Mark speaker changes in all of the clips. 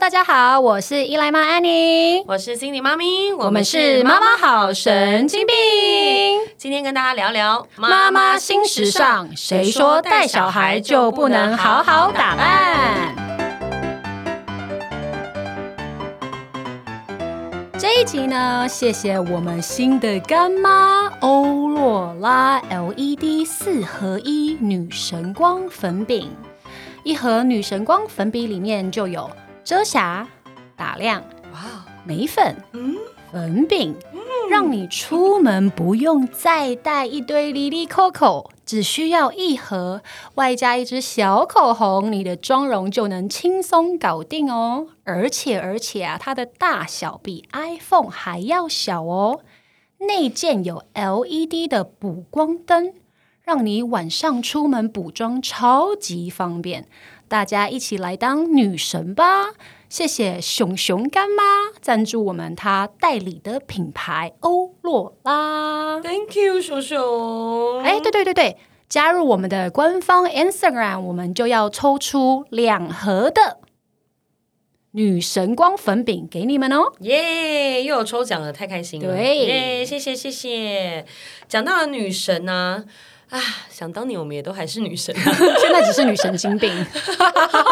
Speaker 1: 大家好，我是伊莱妈安妮，
Speaker 2: 我是 Cindy 妈咪，我
Speaker 1: 我们是妈妈好神经病。
Speaker 2: 今天跟大家聊聊
Speaker 1: 妈妈新时尚，谁说带小孩就不能好好打扮？这一集呢，谢谢我们新的干妈欧若拉 LED 四合一女神光粉饼，一盒女神光粉饼里面就有遮瑕、打亮、
Speaker 2: 哇哦，
Speaker 1: 眉粉、
Speaker 2: 嗯，
Speaker 1: 粉饼，让你出门不用再带一堆离离扣扣，只需要一盒，外加一支小口红，你的妆容就能轻松搞定哦。而且而且啊，它的大小比 iPhone 还要小哦。内建有 LED 的补光灯，让你晚上出门补妆超级方便。大家一起来当女神吧！谢谢熊熊干妈赞助我们她代理的品牌欧若拉。
Speaker 2: Thank you，熊熊。
Speaker 1: 哎，对对对对，加入我们的官方 Instagram，我们就要抽出两盒的女神光粉饼给你们哦。
Speaker 2: 耶又有抽奖了，太开心了！
Speaker 1: 对
Speaker 2: 耶谢谢谢谢。讲到了女神呢、啊，想当年我们也都还是女神、 啊，
Speaker 1: 现在只是女神经 病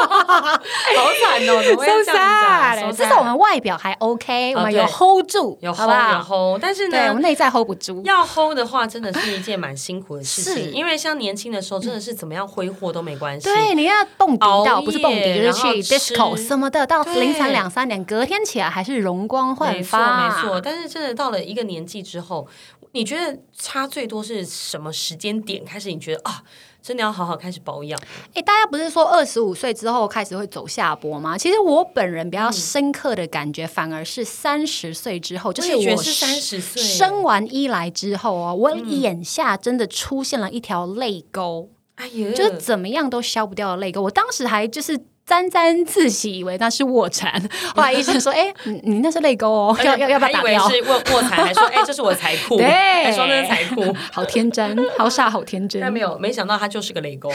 Speaker 2: 好惨哦，怎么会这样子、啊
Speaker 1: sad
Speaker 2: ？so sad
Speaker 1: 至少我们外表还 OK，、
Speaker 2: 哦
Speaker 1: 我们有
Speaker 2: 对
Speaker 1: hold 住，
Speaker 2: 有
Speaker 1: 好
Speaker 2: hold
Speaker 1: 不好
Speaker 2: 有 hold，但是
Speaker 1: 对我
Speaker 2: 呢
Speaker 1: 们。内在 hold 不住。
Speaker 2: 要 hold 的话，真的是一件蛮辛苦的事
Speaker 1: 是
Speaker 2: 情，因为像年轻的时候，真的是怎么样挥霍都没关系。
Speaker 1: 对，你要蹦迪
Speaker 2: 熬
Speaker 1: 到
Speaker 2: 夜
Speaker 1: 不是蹦迪，就是
Speaker 2: 然后
Speaker 1: 去
Speaker 2: 吃
Speaker 1: disco 什么的，到
Speaker 2: 对
Speaker 1: 凌晨两三点，隔天起来还是容光焕
Speaker 2: 没错
Speaker 1: 发，
Speaker 2: 没错。但是真的到了一个年纪之后，你觉得差最多是什么时间点开始？你觉得啊，真的要好好开始保养。
Speaker 1: 哎、大家不是说二十五岁之后开始会走下坡吗？其实我本人比较深刻的感觉，反而是三十岁之后，就是
Speaker 2: 我也觉
Speaker 1: 我
Speaker 2: 得是三十岁
Speaker 1: 生完一来之后哦，我眼下真的出现了一条泪沟，
Speaker 2: 哎呀，
Speaker 1: 就是怎么样都消不掉的泪沟。我当时还就是。沾沾自喜，以为那是卧蚕。后来医生 说：“哎、你你那是泪沟哦，要要要不要打
Speaker 2: 哎还以为
Speaker 1: 掉？”
Speaker 2: 是卧卧蚕，还说哎、这是我的财库，
Speaker 1: 对
Speaker 2: 还说那是财库。
Speaker 1: 好天真，好傻，好天
Speaker 2: 但
Speaker 1: 真
Speaker 2: 没，有，没想到他就是个雷公。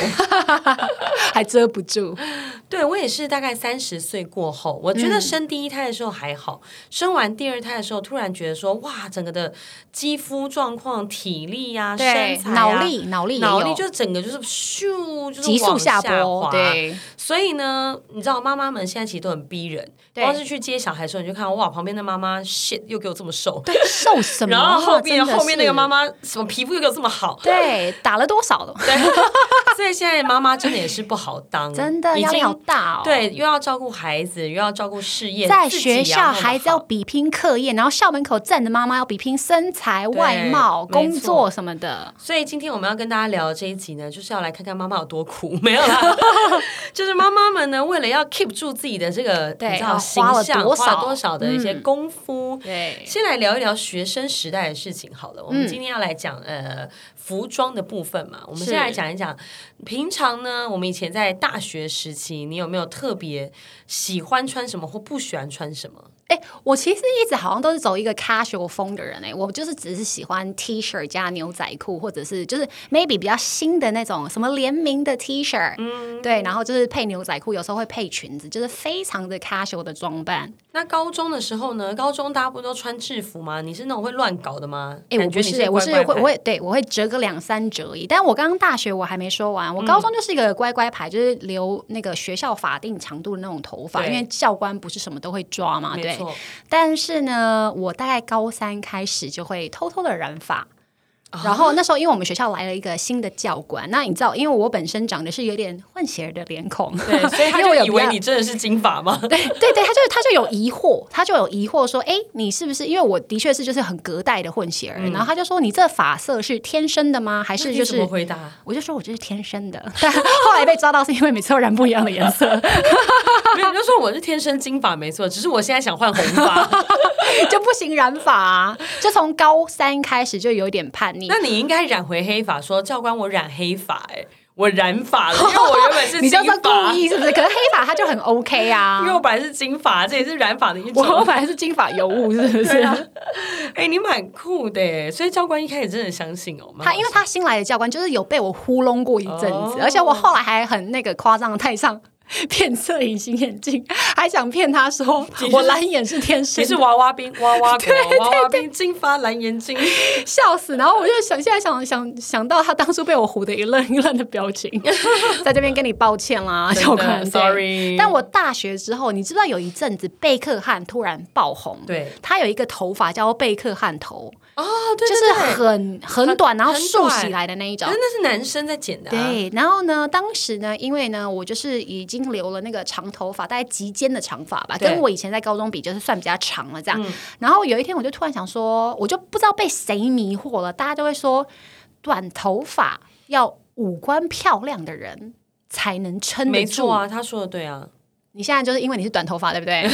Speaker 1: 还遮不住。
Speaker 2: 对我也是，大概三十岁过后，我
Speaker 1: 嗯
Speaker 2: 觉得生第一胎的时候还好，生完第二胎的时候，突然觉得说，哇，整个的肌肤状况、体力呀、身材、啊、
Speaker 1: 脑力，脑力也有，
Speaker 2: 脑力就整个就是咻，就是
Speaker 1: 急速
Speaker 2: 往
Speaker 1: 下
Speaker 2: 下
Speaker 1: 坡，
Speaker 2: 滑。
Speaker 1: 对。
Speaker 2: 所以呢，你知道妈妈们现在其实都很逼人，
Speaker 1: 对
Speaker 2: 光是去接小孩的时候，你就看到哇，旁边的妈妈 shit 又给我这么瘦，
Speaker 1: 对，瘦什么
Speaker 2: 然
Speaker 1: 啊？
Speaker 2: 后后面
Speaker 1: 真的是
Speaker 2: 后面那个妈，妈什么皮肤又给我这 么好，
Speaker 1: 对，打了多少了？
Speaker 2: 对，所以现在妈妈真的也是不好当，
Speaker 1: 真的
Speaker 2: 已
Speaker 1: 压力好
Speaker 2: 经
Speaker 1: 大哦。，
Speaker 2: 对，又要照顾孩子，又要照顾事业，
Speaker 1: 在
Speaker 2: 自己啊也
Speaker 1: 学校
Speaker 2: 弄得
Speaker 1: 孩子要
Speaker 2: 好
Speaker 1: 比拼课业，然后校门口站的妈妈要比拼身材、
Speaker 2: 对
Speaker 1: 外貌、
Speaker 2: 没错
Speaker 1: 工作什么的。
Speaker 2: 所以今天我们要跟大家聊的这一集呢，就是要来看看妈妈有多 苦，没有啦，就是妈妈们呢，为了要 keep 住自己的这个
Speaker 1: 对
Speaker 2: 你知
Speaker 1: 要
Speaker 2: 道形
Speaker 1: 花了
Speaker 2: 象，
Speaker 1: 多少嗯
Speaker 2: 花了多少的一些功夫。
Speaker 1: 对，
Speaker 2: 先来聊一聊学生时代的事情好了。我们
Speaker 1: 嗯
Speaker 2: 今天要来讲、呃服装的部分嘛，我们
Speaker 1: 是
Speaker 2: 先来讲一讲平常呢，我们以前在大学时期，你有没有特别喜欢穿什么或不喜欢穿什么？
Speaker 1: 哎，我其实一直好像都是走一个 casual 风的人哎，我就是只是喜欢 T 恤加牛仔裤，或者是就是 maybe 比较新的那种什么联名的 T 恤，嗯，对，然后就是配牛仔裤，有时候会配裙子，就是非常的 casual 的装扮。
Speaker 2: 那高中的时候呢？高中大家不都穿制服吗？你是那种会乱搞的吗？
Speaker 1: 哎、我
Speaker 2: 感觉
Speaker 1: 不
Speaker 2: 你
Speaker 1: 是、
Speaker 2: 乖
Speaker 1: 我是会
Speaker 2: 乖牌
Speaker 1: 我会对我会折个两三折而已。但我刚刚大学我还没说完，我高中
Speaker 2: 嗯
Speaker 1: 就是一个乖乖牌，就是留那个学校法定长度的那种头发，因
Speaker 2: 对
Speaker 1: 为教官不是什么都会抓嘛，
Speaker 2: 没
Speaker 1: 对。
Speaker 2: 错，
Speaker 1: 但是呢，我大概高三开始就会偷偷的染发。然后那时候，因为我们学校来了一个新的教官，那你知道，因为我本身长得是有点混血儿的脸孔，
Speaker 2: 对，所以他
Speaker 1: 因为我有比
Speaker 2: 就以为
Speaker 1: 较
Speaker 2: 你真的是金发吗？
Speaker 1: 对对对，他就他就有疑惑，他就有疑惑说，哎，你是不是？因为我的确是就是很隔代的混血儿，然后他就说，你这发色是天生的吗？还
Speaker 2: 嗯那
Speaker 1: 是
Speaker 2: 你
Speaker 1: 就
Speaker 2: 怎么
Speaker 1: 是？
Speaker 2: 回答？
Speaker 1: 我就说我就是天生的， 但后来被抓到是因为每次都染不一样的颜色，
Speaker 2: 没有，你就说我是天生金发，没错，只是我现在想换红 发。
Speaker 1: 就不行染发、啊，就从高三开始就有点叛逆。
Speaker 2: 那你应该染回黑发，说教官我染黑发，哎，我染发了，因为我原本 是
Speaker 1: 你就
Speaker 2: 金
Speaker 1: 是故
Speaker 2: 发，
Speaker 1: 意是不是？可是黑发他就很 OK 啊
Speaker 2: 因为，我本来是金发，这也是染发的一
Speaker 1: 我我
Speaker 2: 种。
Speaker 1: 本来是金发尤物，是不
Speaker 2: 对
Speaker 1: 是？
Speaker 2: 啊，哎，你蛮酷的耶，所以教官一开始真的相信哦，蛮好
Speaker 1: 他因为他新来的教官就是有被我糊弄过一阵子，
Speaker 2: 哦
Speaker 1: 而且我后来还很那个夸张的带上 骗色隐形眼镜，还想骗他说我蓝眼是天生
Speaker 2: 你
Speaker 1: 的，
Speaker 2: 是娃娃兵，娃 娃国，娃娃兵金发蓝眼睛，
Speaker 1: 笑死！然后我就想，现在想想想到他当初被我唬的一愣一愣的表 情，在这边跟你抱歉啦，
Speaker 2: 真的
Speaker 1: 小宽对
Speaker 2: sorry
Speaker 1: 但我大学之后，你知不知道有一阵子贝克汉突然爆红？
Speaker 2: 对
Speaker 1: 他有一个头发叫贝克汉头，
Speaker 2: 哦，对
Speaker 1: 就
Speaker 2: 对
Speaker 1: 是
Speaker 2: 对，
Speaker 1: 很很短，然后
Speaker 2: 很
Speaker 1: 竖
Speaker 2: 短
Speaker 1: 起来的那一种
Speaker 2: 可是。那是男生在剪的、啊，，
Speaker 1: 哦对，然后呢？当时呢，因为呢，我就是已经留了那个长头发，大概及肩的长发吧，
Speaker 2: 对嗯
Speaker 1: 跟我以前在高中比，就是算比较长了这样。然后有一天，我就突然想说，我就不知道被谁迷惑了，大家都会说，短头发要五官漂亮的人才能撑得
Speaker 2: 没
Speaker 1: 住。
Speaker 2: 错啊，他说的对啊，
Speaker 1: 你现在就是因为你是短头发，对不 对？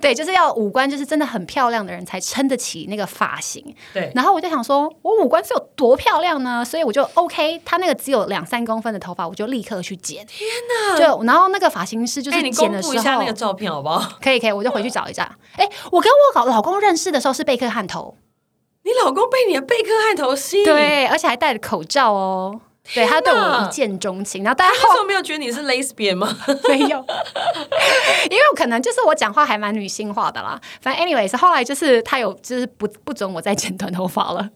Speaker 1: 对，就是要五官就是真的很漂亮的人才撑得起那个发型。
Speaker 2: 对，
Speaker 1: 然后我就想说，我五官是有多漂亮呢？所以我就 OK，他那个只有两三公分的头发，我就立刻去剪。天哪！就然后那个发型师就
Speaker 2: 哎、
Speaker 1: 是
Speaker 2: 你
Speaker 1: 剪
Speaker 2: 公
Speaker 1: 的时
Speaker 2: 布
Speaker 1: 候，
Speaker 2: 一下那个照片好不好？
Speaker 1: 可以可以，我就回去找一下。哎，我跟我老老公认识的时候是贝克汉头，
Speaker 2: 你老公被你的贝克汉头吸引，
Speaker 1: 对，而且还戴着口罩哦。对他对我
Speaker 2: 哪
Speaker 1: 一见钟情，然后大家
Speaker 2: 他那时候没有觉得你是 lesbian 吗？
Speaker 1: 没 有，因为可能就是我讲话还蛮女性化的啦。反正 anyways，后来就是他有就是不不准我再剪短头发了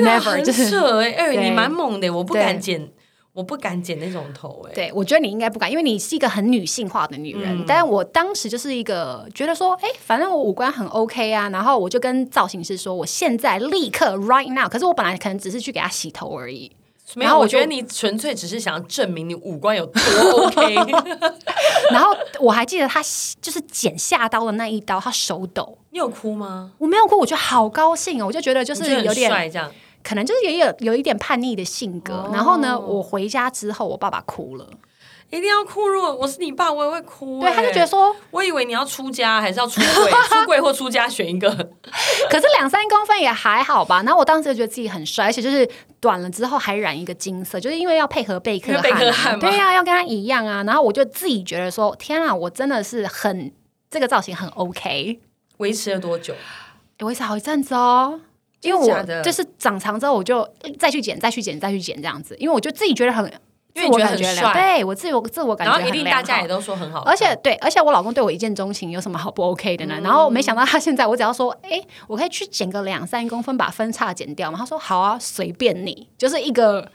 Speaker 1: ，never
Speaker 2: 很
Speaker 1: 就是
Speaker 2: 扯哎、哎、
Speaker 1: 对
Speaker 2: 你蛮猛的、我不
Speaker 1: 对
Speaker 2: 敢剪，我不敢剪那种头哎、
Speaker 1: 对，我觉得你应该不敢，因为你是一个很女性化的女
Speaker 2: 嗯
Speaker 1: 人。但我当时就是一个觉得说，哎，反正我五官很 OK 啊，然后我就跟造型师说，我现在立刻 right now。可是我本来可能只是去给他洗头而已，
Speaker 2: 没
Speaker 1: 然后
Speaker 2: 有，
Speaker 1: 我
Speaker 2: 我
Speaker 1: 就
Speaker 2: 觉得你纯粹只是想要证明你五官有多 OK，
Speaker 1: 然后我还记得他洗就是剪下刀的那一刀，他手抖。
Speaker 2: 你有哭吗？
Speaker 1: 我没有哭，我觉得好高兴哦！我就觉得就
Speaker 2: 你觉得
Speaker 1: 是
Speaker 2: 很
Speaker 1: 有点
Speaker 2: 帅这样，
Speaker 1: 可能就是也有有一点叛逆的性格。
Speaker 2: 哦
Speaker 1: 然后呢，我回家之后，我爸爸哭了，
Speaker 2: 一定要哭。如果我是你爸，我也会哭、
Speaker 1: 对，
Speaker 2: 哎
Speaker 1: 他就觉得，说，
Speaker 2: 我以为你要出家还是要出 柜，出柜或出家选一个。
Speaker 1: 可是两三公分也还好吧。然后我当时就觉得自己很帅，而且就是短了之后还染一个金色，就是因为要配合贝克
Speaker 2: 因为贝
Speaker 1: 汉、
Speaker 2: 克汉
Speaker 1: 啊，
Speaker 2: 嘛
Speaker 1: 对呀、要跟他一样啊。然后我就自己觉得说，天啊，我真的是很这个造型很 OK，
Speaker 2: 维持了多久？
Speaker 1: 诶我也是好一阵子哦。因为
Speaker 2: 真的假
Speaker 1: 我
Speaker 2: 的
Speaker 1: 就是长长之后，我就再去剪、再去剪、再去剪这样子，因为我就自己觉得很，自
Speaker 2: 因为
Speaker 1: 我
Speaker 2: 你觉得
Speaker 1: 感
Speaker 2: 很
Speaker 1: 觉良
Speaker 2: 帅
Speaker 1: 对我自我自我感
Speaker 2: 然
Speaker 1: 觉
Speaker 2: 后
Speaker 1: 很
Speaker 2: 一定
Speaker 1: 良
Speaker 2: 大家
Speaker 1: 好
Speaker 2: 也都说很好嗯看，
Speaker 1: 而且对，而且我老公对我一见钟情，有什么好不 OK 的呢？然后没想到他现在，我只要说，哎、我可以去剪个两三公分，把分叉剪掉吗？他说好啊，随便你，就是一个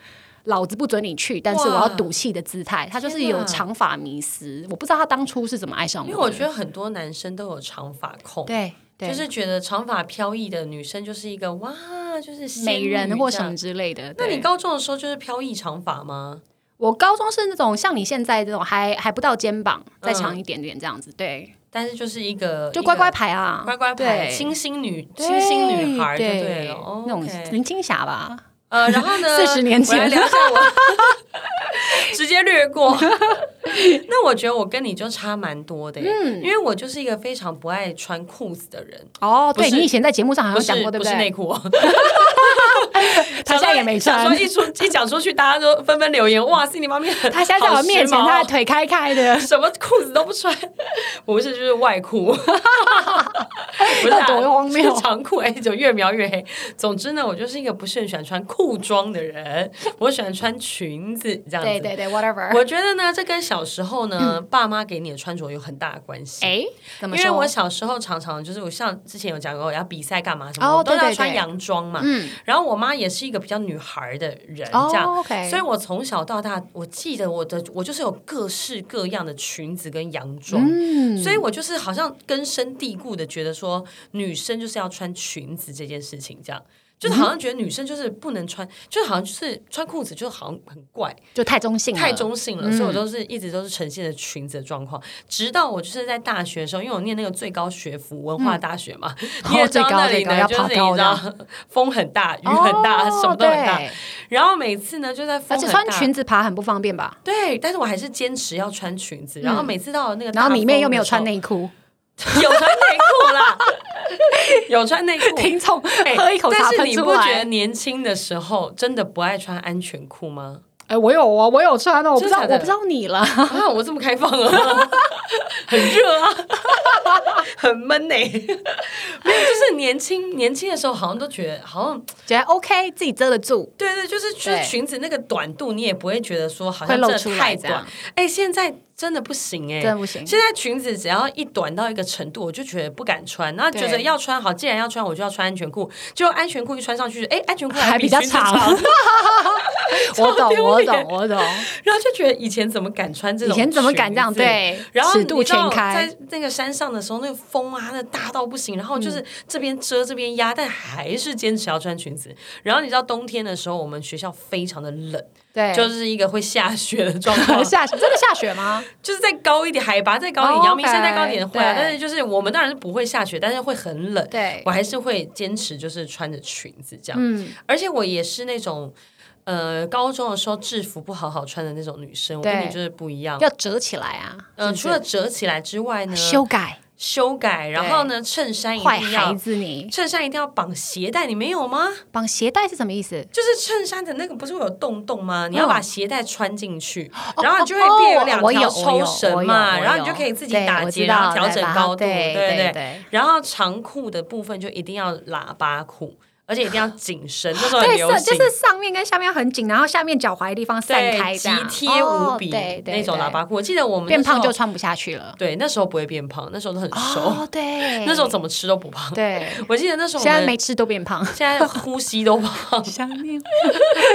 Speaker 1: 老子不准你去，但是我要
Speaker 2: 哇
Speaker 1: 赌气的姿态。他就是
Speaker 2: 天哪
Speaker 1: 有长发迷思，我不知道他当初是怎么爱上我
Speaker 2: 因
Speaker 1: 的。
Speaker 2: 为我觉得很多男生都有长发控，
Speaker 1: 对，对
Speaker 2: 就是觉得长发飘逸的女生就是一个哇，就是仙
Speaker 1: 美
Speaker 2: 女
Speaker 1: 人或
Speaker 2: 这
Speaker 1: 什
Speaker 2: 样
Speaker 1: 么。之类的。
Speaker 2: 那
Speaker 1: 对
Speaker 2: 你高中的时候就是飘逸长发吗？
Speaker 1: 我高中是那种像你现在这种还还不到肩膀，再长一点点这样子，对，
Speaker 2: 但是就是嗯一个
Speaker 1: 就乖乖
Speaker 2: 一
Speaker 1: 牌啊
Speaker 2: 个，乖乖牌，
Speaker 1: 对
Speaker 2: 清新女
Speaker 1: 对
Speaker 2: 清新女孩就对
Speaker 1: 对
Speaker 2: 了。哦
Speaker 1: 那种
Speaker 2: OK
Speaker 1: 林青霞吧。
Speaker 2: 呃，然后呢？
Speaker 1: 40年前
Speaker 2: 我来聊一下我， 直接略过。 那我觉得我跟你就差蛮多的耶，
Speaker 1: 嗯
Speaker 2: 因为我就是一个非常不爱穿裤子的人，
Speaker 1: 哦，对
Speaker 2: 不是
Speaker 1: 你以前在节目上好
Speaker 2: 不
Speaker 1: 像
Speaker 2: 是
Speaker 1: 讲过，对
Speaker 2: 不是内
Speaker 1: 对？
Speaker 2: 裤哦。
Speaker 1: 他现在也没
Speaker 2: 想
Speaker 1: 穿
Speaker 2: 说，一出 一讲出去，大家都纷纷留言：“哇，是你妈咪 很
Speaker 1: 他现在在我面前，
Speaker 2: 好时髦
Speaker 1: 他的腿开开的，
Speaker 2: 什么裤子都不穿， 不是就是外裤， 不是、啊、
Speaker 1: 那多荒谬
Speaker 2: 就是长裤哎，就越描越黑。总之呢，我就是一个不是很喜欢穿裤装的人，我喜欢穿裙子这样子。
Speaker 1: 对对嗯对，whatever。
Speaker 2: 我觉得呢，这跟小时候呢，爸妈给你的穿着有很大的关系。
Speaker 1: 哎，怎么
Speaker 2: 因为我
Speaker 1: 说？
Speaker 2: 小时候常常就是我像之前有讲过，要比赛干嘛什
Speaker 1: 哦
Speaker 2: 么，我都
Speaker 1: 对对
Speaker 2: 要穿
Speaker 1: 对
Speaker 2: 洋装嘛。
Speaker 1: 嗯，
Speaker 2: 然后我妈也是一个比较女孩的人，
Speaker 1: 哦
Speaker 2: 这样。
Speaker 1: ，OK，
Speaker 2: 所以，我从小到大，我记得我的我就是有各式各样的裙子跟洋装，
Speaker 1: 嗯，
Speaker 2: 所以我就是好像根深蒂固的觉得说，女生就是要穿裙子这件事情，这样就是
Speaker 1: 嗯
Speaker 2: 好像觉得女生就是不能穿，就是好像就是穿裤子就好像很怪，
Speaker 1: 就太中性了，
Speaker 2: 太中性了，
Speaker 1: 嗯
Speaker 2: 所以我都是一直都是呈现着裙子的状况，直到我就是在大学的时候，因为我念那个最高学府文化大学嘛，
Speaker 1: 嗯
Speaker 2: 你也
Speaker 1: 哦
Speaker 2: 知道
Speaker 1: 最高
Speaker 2: 那里
Speaker 1: 最
Speaker 2: 呢，
Speaker 1: 高
Speaker 2: 就是
Speaker 1: 要爬
Speaker 2: 你
Speaker 1: 高
Speaker 2: 知道风很大，雨很大，
Speaker 1: 哦
Speaker 2: 什么都很大
Speaker 1: 对，
Speaker 2: 然后每次呢就在
Speaker 1: 而
Speaker 2: 风
Speaker 1: 且
Speaker 2: 很
Speaker 1: 穿
Speaker 2: 大
Speaker 1: 裙子爬很不方便吧？
Speaker 2: 对，但是我还是坚持要穿裙子。然后每次到了那个，
Speaker 1: 嗯然后里面又没有穿，内裤，
Speaker 2: 有穿内裤 啦，有穿内裤。
Speaker 1: 听众
Speaker 2: 哎
Speaker 1: 喝一口茶
Speaker 2: 但是
Speaker 1: 喷
Speaker 2: 你
Speaker 1: 出
Speaker 2: 不觉得
Speaker 1: 来。
Speaker 2: 年轻的时候真的不爱穿安全裤吗？
Speaker 1: 哎，我有啊，我有穿啊，我不知道，啊
Speaker 2: 真
Speaker 1: 我
Speaker 2: 的假的
Speaker 1: 不知道你了。
Speaker 2: 啊，我这么开放啊，很热啊。很闷呢、没有，就是年轻年轻的时候，好像都觉得好像
Speaker 1: 觉得 OK，自己遮得住。
Speaker 2: 对对，就是就是
Speaker 1: 对
Speaker 2: 裙子那个短度，你也不会觉得说好
Speaker 1: 会
Speaker 2: 像
Speaker 1: 露
Speaker 2: 真的
Speaker 1: 出来
Speaker 2: 太
Speaker 1: 这
Speaker 2: 短
Speaker 1: 样。
Speaker 2: 哎、现在真的不行哎、
Speaker 1: 真的不行
Speaker 2: 现在裙子只要一短到一个程度，我就觉得不敢穿，然后觉得
Speaker 1: 对
Speaker 2: 要穿好，既然要穿，我就要穿安全裤。结果安全裤一穿上去，哎、安全裤
Speaker 1: 还比较
Speaker 2: 裙子
Speaker 1: 长我懂，我懂，我懂。
Speaker 2: 然后就觉得以前怎么敢穿这
Speaker 1: 以
Speaker 2: 种，
Speaker 1: 前怎么敢这样？。对，
Speaker 2: 然后
Speaker 1: 尺度
Speaker 2: 你知
Speaker 1: 全
Speaker 2: 道，
Speaker 1: 开
Speaker 2: 在，那个山上的时候，那个风啊，那大到不行。然后
Speaker 1: 嗯
Speaker 2: 就是这边遮这边压，但还是坚持要穿裙子。然后你知道冬天的时候，我们学校非常的冷，
Speaker 1: 对，
Speaker 2: 就是一个会下雪的状 况。
Speaker 1: 下雪真的下雪吗？
Speaker 2: 就是再高一点，海拔再高一点，
Speaker 1: 哦
Speaker 2: 阳明山
Speaker 1: OK，
Speaker 2: 再高一点会啊。
Speaker 1: 对
Speaker 2: 但是就是我们当然是不会下雪，但是会很冷。
Speaker 1: 对
Speaker 2: 我还是会坚持就是穿着裙子这样。
Speaker 1: 嗯，
Speaker 2: 而且我也是那种，呃，高中的时候制服不好好穿的那种女生，我跟
Speaker 1: 对
Speaker 2: 你就是不一样。
Speaker 1: 要折起来啊。
Speaker 2: 嗯呃，
Speaker 1: 是
Speaker 2: 除
Speaker 1: 不
Speaker 2: 了
Speaker 1: 是
Speaker 2: 折起来之外呢，
Speaker 1: 修改，
Speaker 2: 修改，然后呢，衬衫一
Speaker 1: 坏
Speaker 2: 定
Speaker 1: 孩
Speaker 2: 要。
Speaker 1: 子你
Speaker 2: 衬衫一定要绑鞋带，你没有吗？
Speaker 1: 绑鞋带是什么意思？
Speaker 2: 就是衬衫的那个不是会有洞洞吗？你要把鞋带穿进去，
Speaker 1: 哦
Speaker 2: 然后你就会
Speaker 1: 嗯哦
Speaker 2: 变
Speaker 1: 我
Speaker 2: 有两
Speaker 1: 我
Speaker 2: 条
Speaker 1: 有我
Speaker 2: 抽
Speaker 1: 有我
Speaker 2: 绳
Speaker 1: 有
Speaker 2: 嘛，
Speaker 1: 我
Speaker 2: 然后你
Speaker 1: 有
Speaker 2: 就可以自己
Speaker 1: 对
Speaker 2: 打
Speaker 1: 我
Speaker 2: 结，
Speaker 1: 知
Speaker 2: 然后
Speaker 1: 道
Speaker 2: 调
Speaker 1: 再
Speaker 2: 整
Speaker 1: 把它
Speaker 2: 高度，
Speaker 1: 对
Speaker 2: 对
Speaker 1: 对
Speaker 2: 对
Speaker 1: 对
Speaker 2: 然后长裤的部分就一定要喇叭裤，而且一定要紧身，那时候很
Speaker 1: 对，
Speaker 2: 流
Speaker 1: 是
Speaker 2: 行。
Speaker 1: 就是上面跟下面要很紧，然后下面脚踝的地方散
Speaker 2: 对
Speaker 1: 开这
Speaker 2: 极
Speaker 1: 样，
Speaker 2: 贴无比、
Speaker 1: 哦对对
Speaker 2: 那种
Speaker 1: 对
Speaker 2: 喇叭裤，我记得我们
Speaker 1: 变
Speaker 2: 那时候
Speaker 1: 胖就穿不下去了。
Speaker 2: 对，那时候不会变胖，那时候都很瘦，
Speaker 1: 哦，对，
Speaker 2: 那时候怎么吃都不胖。
Speaker 1: 对，
Speaker 2: 我记得那时候我
Speaker 1: 现在
Speaker 2: 们
Speaker 1: 没吃都变胖，，
Speaker 2: 现在呼吸都 胖
Speaker 1: 想念，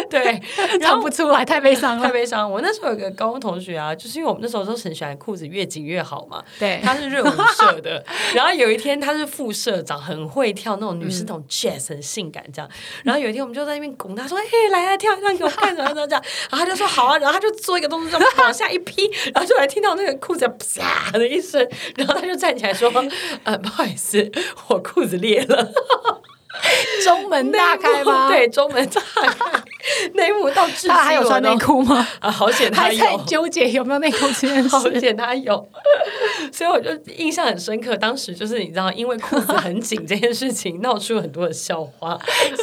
Speaker 2: 对，然
Speaker 1: 唱
Speaker 2: 后
Speaker 1: 不出来，太悲伤
Speaker 2: 太
Speaker 1: 了。
Speaker 2: 悲伤。我那时候有个高中同学啊，就是因为我们那时候都很喜欢裤子越紧越好嘛，
Speaker 1: 对，
Speaker 2: 他是热舞社的，然后有一天他是副社长，很会跳那种女生那种 jazz，很性感这样。
Speaker 1: 嗯
Speaker 2: 然后有一天我们就在那边拱他说：“嘿，来啊，跳一段给我看，然后这样。”然后他就说：“好啊。”然后他就做一个动作，这样往下一劈，然后就来听到那个裤子啪的一声，然后他就站起来说：“呃，不好意思，我裤子裂了。”
Speaker 1: 中门大开吗？
Speaker 2: 内幕对，中门大 开，内幕到至
Speaker 1: 他还有穿内裤吗？
Speaker 2: 啊，好险他
Speaker 1: 还
Speaker 2: 有，
Speaker 1: 在纠结有没有内裤这件
Speaker 2: 好
Speaker 1: 事。
Speaker 2: 险他有， 所以我就印象很深刻。当时就是你知道，因为裤子很紧这件事情，闹出很多的笑话。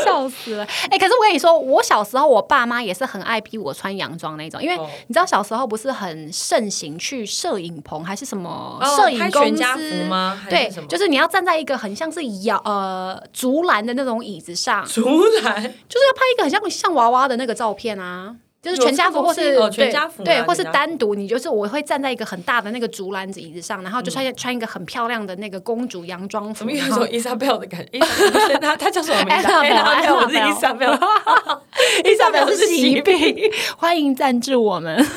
Speaker 1: 笑死了！哎、可是我跟你说，我小时候我爸妈也是很爱逼我穿洋装那种，因为
Speaker 2: 哦
Speaker 1: 你知道小时候不是很盛行去摄影棚还是什么
Speaker 2: 哦
Speaker 1: 摄影
Speaker 2: 拍
Speaker 1: 公
Speaker 2: 全
Speaker 1: 司、
Speaker 2: 家福吗还是
Speaker 1: 对
Speaker 2: 什么，
Speaker 1: 就是你要站在一个很像是摇呃竹篮的那种椅子上，
Speaker 2: 竹
Speaker 1: 就是
Speaker 2: 篮
Speaker 1: 要拍一个很像像娃娃的那个照片啊。就是全家福，
Speaker 2: 有
Speaker 1: 或
Speaker 2: 这个东
Speaker 1: 是
Speaker 2: 西
Speaker 1: 对
Speaker 2: 哦全家福啊
Speaker 1: 对，或是
Speaker 2: 全家福
Speaker 1: 单独，你就是我会站在一个很大的那个竹篮子椅子上，然后就穿穿一个很漂亮的那个公主洋装服，
Speaker 2: 嗯怎么有一
Speaker 1: 然后
Speaker 2: 种 Isabel 的感觉？Isabel，他他叫什么 名字啊
Speaker 1: Annabelle，
Speaker 2: ？Annabelle，我是
Speaker 1: Annabelle
Speaker 2: Isabel，Isabel
Speaker 1: 是喜饼， 欢迎赞助我 们。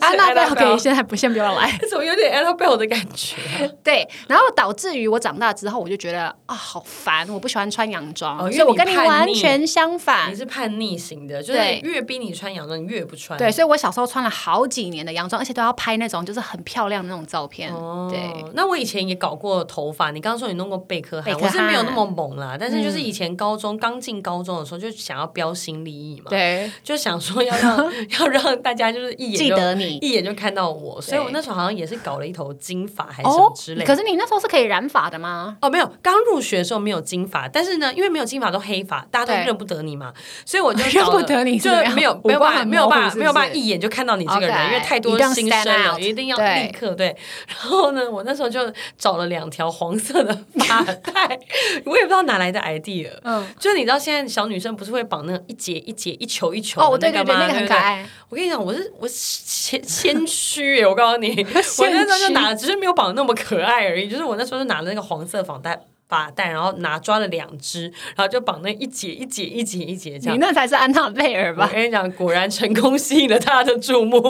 Speaker 1: 安娜贝
Speaker 2: Annabelle
Speaker 1: 尔可以现在不先不要来。
Speaker 2: 怎么有点 Annabelle 的感觉？啊
Speaker 1: 对，然后导致于我长大之后，我就觉得啊，好烦，我不喜欢穿洋装，
Speaker 2: 哦因为
Speaker 1: 所以我
Speaker 2: 你
Speaker 1: 跟你
Speaker 2: 叛逆
Speaker 1: 完全相
Speaker 2: 你
Speaker 1: 反。
Speaker 2: 是叛逆型的，就是
Speaker 1: 啊对
Speaker 2: 越逼你穿洋装，你越不穿。
Speaker 1: 对，所以我小时候穿了好几年的洋装，而且都要拍那种就是很漂亮的那种照片。
Speaker 2: 哦
Speaker 1: 对，，
Speaker 2: 那我以前也搞过头发。你刚刚说你弄过贝壳
Speaker 1: 贝
Speaker 2: 汗，
Speaker 1: 壳
Speaker 2: 我是没有
Speaker 1: 汗嗯
Speaker 2: 那么猛啦。但是就是以前高中刚进高中的时候，就想要标新立异嘛，
Speaker 1: 对，
Speaker 2: 就想说 要让要让大家就是一眼
Speaker 1: 记
Speaker 2: 就
Speaker 1: 得你
Speaker 2: 一眼就看到我，所以我那时候好像也是搞了一头金发还是什
Speaker 1: 哦
Speaker 2: 么之类，的。
Speaker 1: 可是你那时候是可以染发的吗？
Speaker 2: 哦，没有，刚入学的时候没有金发，但是呢，因为没有金发都黑发，大家都
Speaker 1: 对
Speaker 2: 认不得你嘛，所以我就
Speaker 1: 认不得你
Speaker 2: 就是
Speaker 1: 怎样
Speaker 2: 没有
Speaker 1: 五
Speaker 2: 没有
Speaker 1: 官
Speaker 2: 办法
Speaker 1: 很
Speaker 2: 没有
Speaker 1: 模糊
Speaker 2: 办
Speaker 1: 是
Speaker 2: 法
Speaker 1: 不
Speaker 2: 没有办法
Speaker 1: 是
Speaker 2: 一眼就看到你这个
Speaker 1: OK，
Speaker 2: 人，因为太多
Speaker 1: you don't
Speaker 2: 新
Speaker 1: stand
Speaker 2: 生
Speaker 1: out
Speaker 2: 了，一定要
Speaker 1: 对
Speaker 2: 立刻对。然后呢，我那时候就找了两条黄色的发带，我也不知道哪来的 idea。
Speaker 1: 嗯，
Speaker 2: 就是你知道现在小女生不是会绑那种一节一节一球一球
Speaker 1: 哦，
Speaker 2: 的
Speaker 1: 对
Speaker 2: 那
Speaker 1: 对
Speaker 2: 个
Speaker 1: 对，
Speaker 2: 吗
Speaker 1: 那个很
Speaker 2: 不
Speaker 1: 可爱。
Speaker 2: 我跟你讲，我是我是先先驱耶！我告诉你， 我那时候就拿，只是没有绑那么可爱而已。就是我那时候就拿了那个黄色绑带发带，然后拿抓了两只，然后就绑那一节一节一节一节这
Speaker 1: 你
Speaker 2: 样。
Speaker 1: 那才是安娜贝尔
Speaker 2: 我
Speaker 1: 吧？
Speaker 2: 跟你讲，果然成功吸引了他的注目。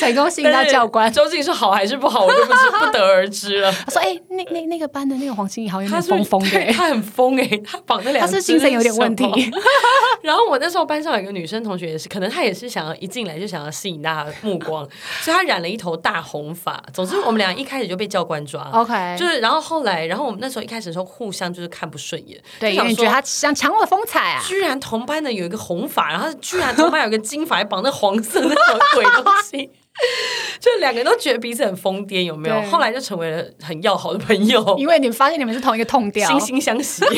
Speaker 1: 成 功吸引到教官
Speaker 2: 但。是究竟是好还是不好，我就不知不得而 知了。
Speaker 1: 他说：“哎、那那那个班的那个黄心怡好像有
Speaker 2: 他
Speaker 1: 点
Speaker 2: 是
Speaker 1: 疯疯的、
Speaker 2: 对他很疯哎、他绑那两
Speaker 1: 他
Speaker 2: 只
Speaker 1: 是精神有点问题
Speaker 2: 什么。然后我那时候班上有一个女生同学也是，可能她也是想要一进来就想要吸引大家的目光，所以她染了一头大红发。总之，我们俩一开始就被教官抓。
Speaker 1: OK，
Speaker 2: 就是，然后后来，然后我们那时候一开始的时候互相就是看不顺眼，
Speaker 1: 对，
Speaker 2: 就
Speaker 1: 因
Speaker 2: 想
Speaker 1: 为你觉
Speaker 2: 说
Speaker 1: 得他想抢我的风采啊。
Speaker 2: 居然同班的有一个红发，然后居然同班有一个金发，还绑那黄色那种鬼东西， 就两个人都觉得彼此很疯癫，有没有
Speaker 1: 对？
Speaker 2: 后来就成为了很要好的朋友，
Speaker 1: 因为你们发现你们是同一个痛调，
Speaker 2: 惺惺相惜。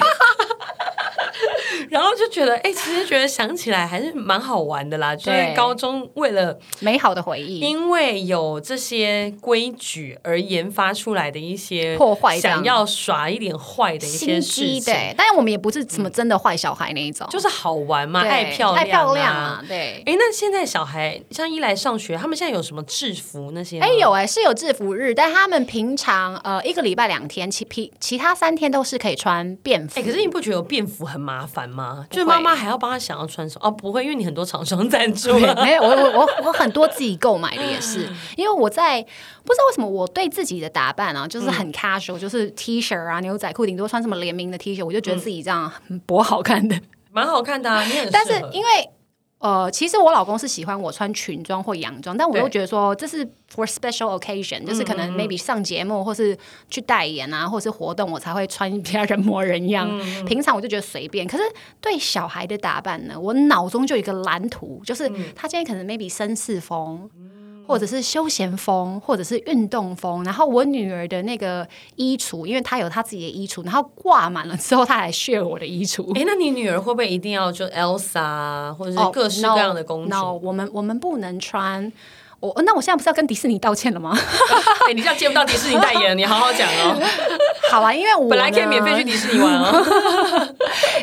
Speaker 2: 然后就觉得，哎、其实觉得想起来还是蛮好玩的啦。就是
Speaker 1: 对
Speaker 2: 高中为了
Speaker 1: 美好的回忆，
Speaker 2: 因为有这些规矩而研发出来的一些
Speaker 1: 破坏这样
Speaker 2: 想要耍一点坏的一些
Speaker 1: 心
Speaker 2: 事
Speaker 1: 机
Speaker 2: 情，嗯
Speaker 1: 的，但我们也不是什么真的坏小孩那一种，
Speaker 2: 就是好玩嘛，
Speaker 1: 对
Speaker 2: 爱漂亮、啊，
Speaker 1: 爱漂亮啊，对。
Speaker 2: 哎，那现在小孩像一来上学，他们现在有什么制服那些吗？
Speaker 1: 哎，有哎、是有制服日，但他们平常呃一个礼拜两天，其其其他三天都是可以穿便服。
Speaker 2: 哎、可是你不觉得有便服很麻烦吗？
Speaker 1: 不会
Speaker 2: 就是妈妈还要帮他想要穿什么？哦，不会，因为你很多厂商赞助
Speaker 1: 对，
Speaker 2: 啊。
Speaker 1: 没有，我我我我很多自己购买的也是，
Speaker 2: 嗯
Speaker 1: 因为我在不知道为什么我对自己的打扮啊，就是
Speaker 2: 嗯
Speaker 1: 很 casual，、就是 T 恤啊、牛仔裤，顶多穿什么联名的 T 恤，我就
Speaker 2: 嗯
Speaker 1: 觉得自己这样很不好看的。
Speaker 2: 蛮好看的、啊，你很适合
Speaker 1: 但是因为呃，其实我老公是喜欢我穿裙装或洋装，但我又
Speaker 2: 对
Speaker 1: 觉得说这是 for special occasion，就是可能 maybe 上节目或是去代言啊，或是活动，我才会穿比较人模人样。平常我就觉得随便。可是对小孩的打扮呢，我脑中就有一个蓝图，就是他今天可能 maybe 绅士风。或者是休闲风，或者是运动风。然后我女儿的那个衣橱，因为她有她自己的衣橱，然后挂满了之后，她还炫我的衣橱。
Speaker 2: 哎、那你女儿会不会一定要就 Elsa 啊或者是各式各样的公主？
Speaker 1: 哦 no, no, 哦 我们我们不能穿。我哦那我现在不是要跟迪士尼道歉了 吗？
Speaker 2: 哎、你这样接不到迪士尼代言，你好好 讲哦。
Speaker 1: 好啦，因为我
Speaker 2: 本来可以
Speaker 1: 呢
Speaker 2: 免费去，迪士尼玩哦。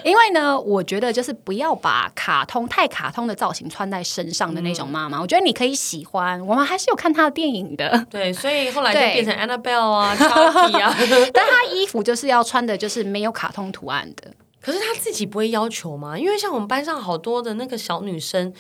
Speaker 1: 因为呢，我觉得就是不要把卡通太卡通的造型穿在身上的那种妈妈，
Speaker 2: 嗯
Speaker 1: 我觉得你可以喜欢，我们还是有看她的电影的。
Speaker 2: 对，所以后来就
Speaker 1: 对
Speaker 2: 变成 Annabelle 啊、Chucky 啊。
Speaker 1: 但她衣服就是要穿的，就是没有卡通图案的。
Speaker 2: 可是她自己不会要求吗？因为像我们班上好多的那个小女生，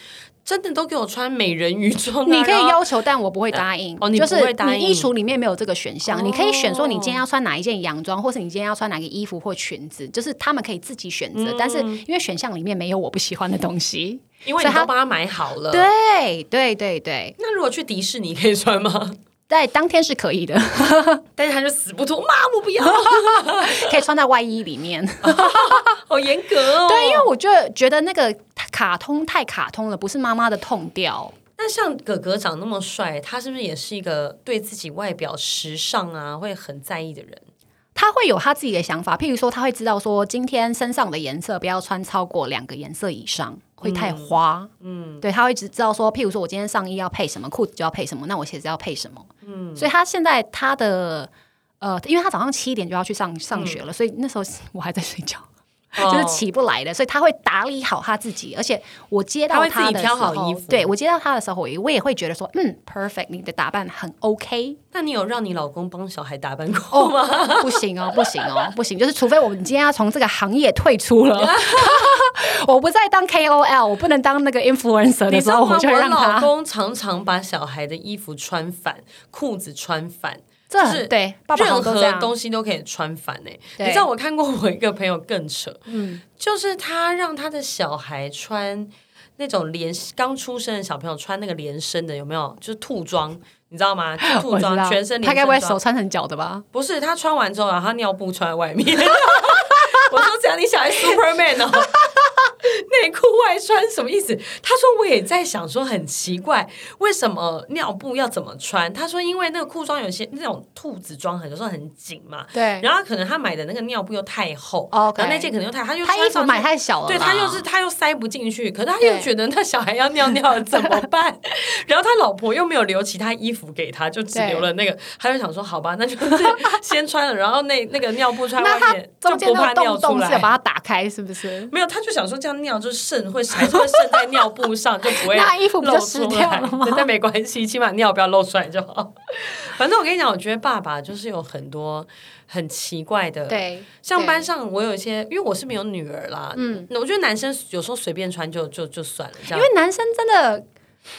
Speaker 2: 真的都给我穿美人鱼装、啊。
Speaker 1: 你可
Speaker 2: 然
Speaker 1: 以
Speaker 2: 后
Speaker 1: 要求，但我不会答应。
Speaker 2: 哦你
Speaker 1: 就
Speaker 2: 不
Speaker 1: 是
Speaker 2: 会答
Speaker 1: 你衣
Speaker 2: 应
Speaker 1: 橱里面没有这个选项，你可以选说你今天
Speaker 2: 哦
Speaker 1: 要穿哪一件洋装，或是你今天要穿哪个衣服或裙子，就是他们可以自己选
Speaker 2: 嗯
Speaker 1: 择。但是因为选项里面没有我不喜欢的东 西，
Speaker 2: 因为
Speaker 1: 所以
Speaker 2: 你
Speaker 1: 她
Speaker 2: 都帮她买好了。。
Speaker 1: 对对对对，
Speaker 2: 那如果去迪士尼可以穿吗？
Speaker 1: 在当天是可以的，
Speaker 2: 但是他就死不脱，妈我不要，
Speaker 1: 可以穿在外衣里面。
Speaker 2: 哦好严格哦。
Speaker 1: 对，因为我就觉得那个卡通太卡通了，不是妈妈的痛调。
Speaker 2: 那像哥哥长那么帅，他是不是也是一个对自己外表时尚啊会很在意的人？
Speaker 1: 他会有他自己的想法，譬如说，他会知道说，今天身上的颜色不要穿超过两个颜色以上，会太花。嗯，对，他会只知道说，譬如说我今天上衣要配什么，裤子就要配什么，那我鞋子要配什么。嗯，所以他现在他的呃，因为他早上七点就要去上上学了，所以那时候我还在睡觉。就是
Speaker 2: 嗯哦
Speaker 1: 起不来的，所以他会打理好他自己，而且我接到
Speaker 2: 他会自己
Speaker 1: 的时
Speaker 2: 挑好
Speaker 1: 候
Speaker 2: 衣服
Speaker 1: 对我接到他的时候，我也我也会觉得说，嗯，perfect，你的打扮很 OK，
Speaker 2: 那你有让你老公帮小孩打扮过吗？
Speaker 1: 不行哦，不行哦，不行！就是除非我们今天要从这个行业退出了， 我不再当 KOL，我不能当那个 influencer 的
Speaker 2: 你知
Speaker 1: 时
Speaker 2: 道
Speaker 1: 候，
Speaker 2: 吗？
Speaker 1: 我就会
Speaker 2: 我
Speaker 1: 让
Speaker 2: 老
Speaker 1: 他。
Speaker 2: 公常常把小孩的衣服穿反，裤子穿反。
Speaker 1: 这
Speaker 2: 就是
Speaker 1: 很对，爸爸好像
Speaker 2: 任
Speaker 1: 都这
Speaker 2: 何
Speaker 1: 样。
Speaker 2: 东西都可以穿反哎、
Speaker 1: 对
Speaker 2: 你知道我看过我一个朋友更扯，嗯，就是他让他的小孩穿那种连刚出生的小朋友穿那个连身的有没有？就是兔装，你知道吗？就兔
Speaker 1: 我知
Speaker 2: 装
Speaker 1: 道，
Speaker 2: 全身连
Speaker 1: 他
Speaker 2: 身
Speaker 1: 该不会
Speaker 2: 装
Speaker 1: 手穿成脚的吧？
Speaker 2: 不是他穿完之后，然后他尿布穿在外面。 我说这样你小孩 Superman 哦，内裤外穿什么意思？他说我也在想说很奇怪，为什么尿布要怎么穿？他说因为那个裤装有些那种兔子装很有时候很紧嘛，
Speaker 1: 对，哦
Speaker 2: 然后可能他买的那个尿布又太厚
Speaker 1: OK
Speaker 2: 然后那件可能又太，他就
Speaker 1: 他
Speaker 2: 穿
Speaker 1: 衣服
Speaker 2: 上去
Speaker 1: 买太小了啦，
Speaker 2: 对他又是他又塞不进去，可是他
Speaker 1: 对
Speaker 2: 又觉得那小孩要尿尿了怎么 办？然后他老婆又没有留其他衣服给他，就只
Speaker 1: 对
Speaker 2: 留了那个，他就想说好吧，那就是 先穿了，然后那那个尿布穿
Speaker 1: 那
Speaker 2: 外
Speaker 1: 他
Speaker 2: 面就
Speaker 1: 中间
Speaker 2: 不怕
Speaker 1: 那个
Speaker 2: 尿
Speaker 1: 洞
Speaker 2: 出
Speaker 1: 洞是有把
Speaker 2: 来。
Speaker 1: 它打开，是不是？
Speaker 2: 没有，他就想说这样尿就渗会还是会渗在尿布上，就不 会
Speaker 1: 那衣服不就
Speaker 2: 露
Speaker 1: 湿
Speaker 2: 出
Speaker 1: 掉
Speaker 2: 来
Speaker 1: 了吗
Speaker 2: 对但没关系，起码尿不要露出来就好。反正我跟你讲，我觉得爸爸就是有很多很奇怪的
Speaker 1: 对，
Speaker 2: 像
Speaker 1: 对
Speaker 2: 班呃上我有一些，因为我是没有女儿啦，嗯，我觉得男生有时候随便穿就就就算了，这
Speaker 1: 因
Speaker 2: 样
Speaker 1: 为男生真的。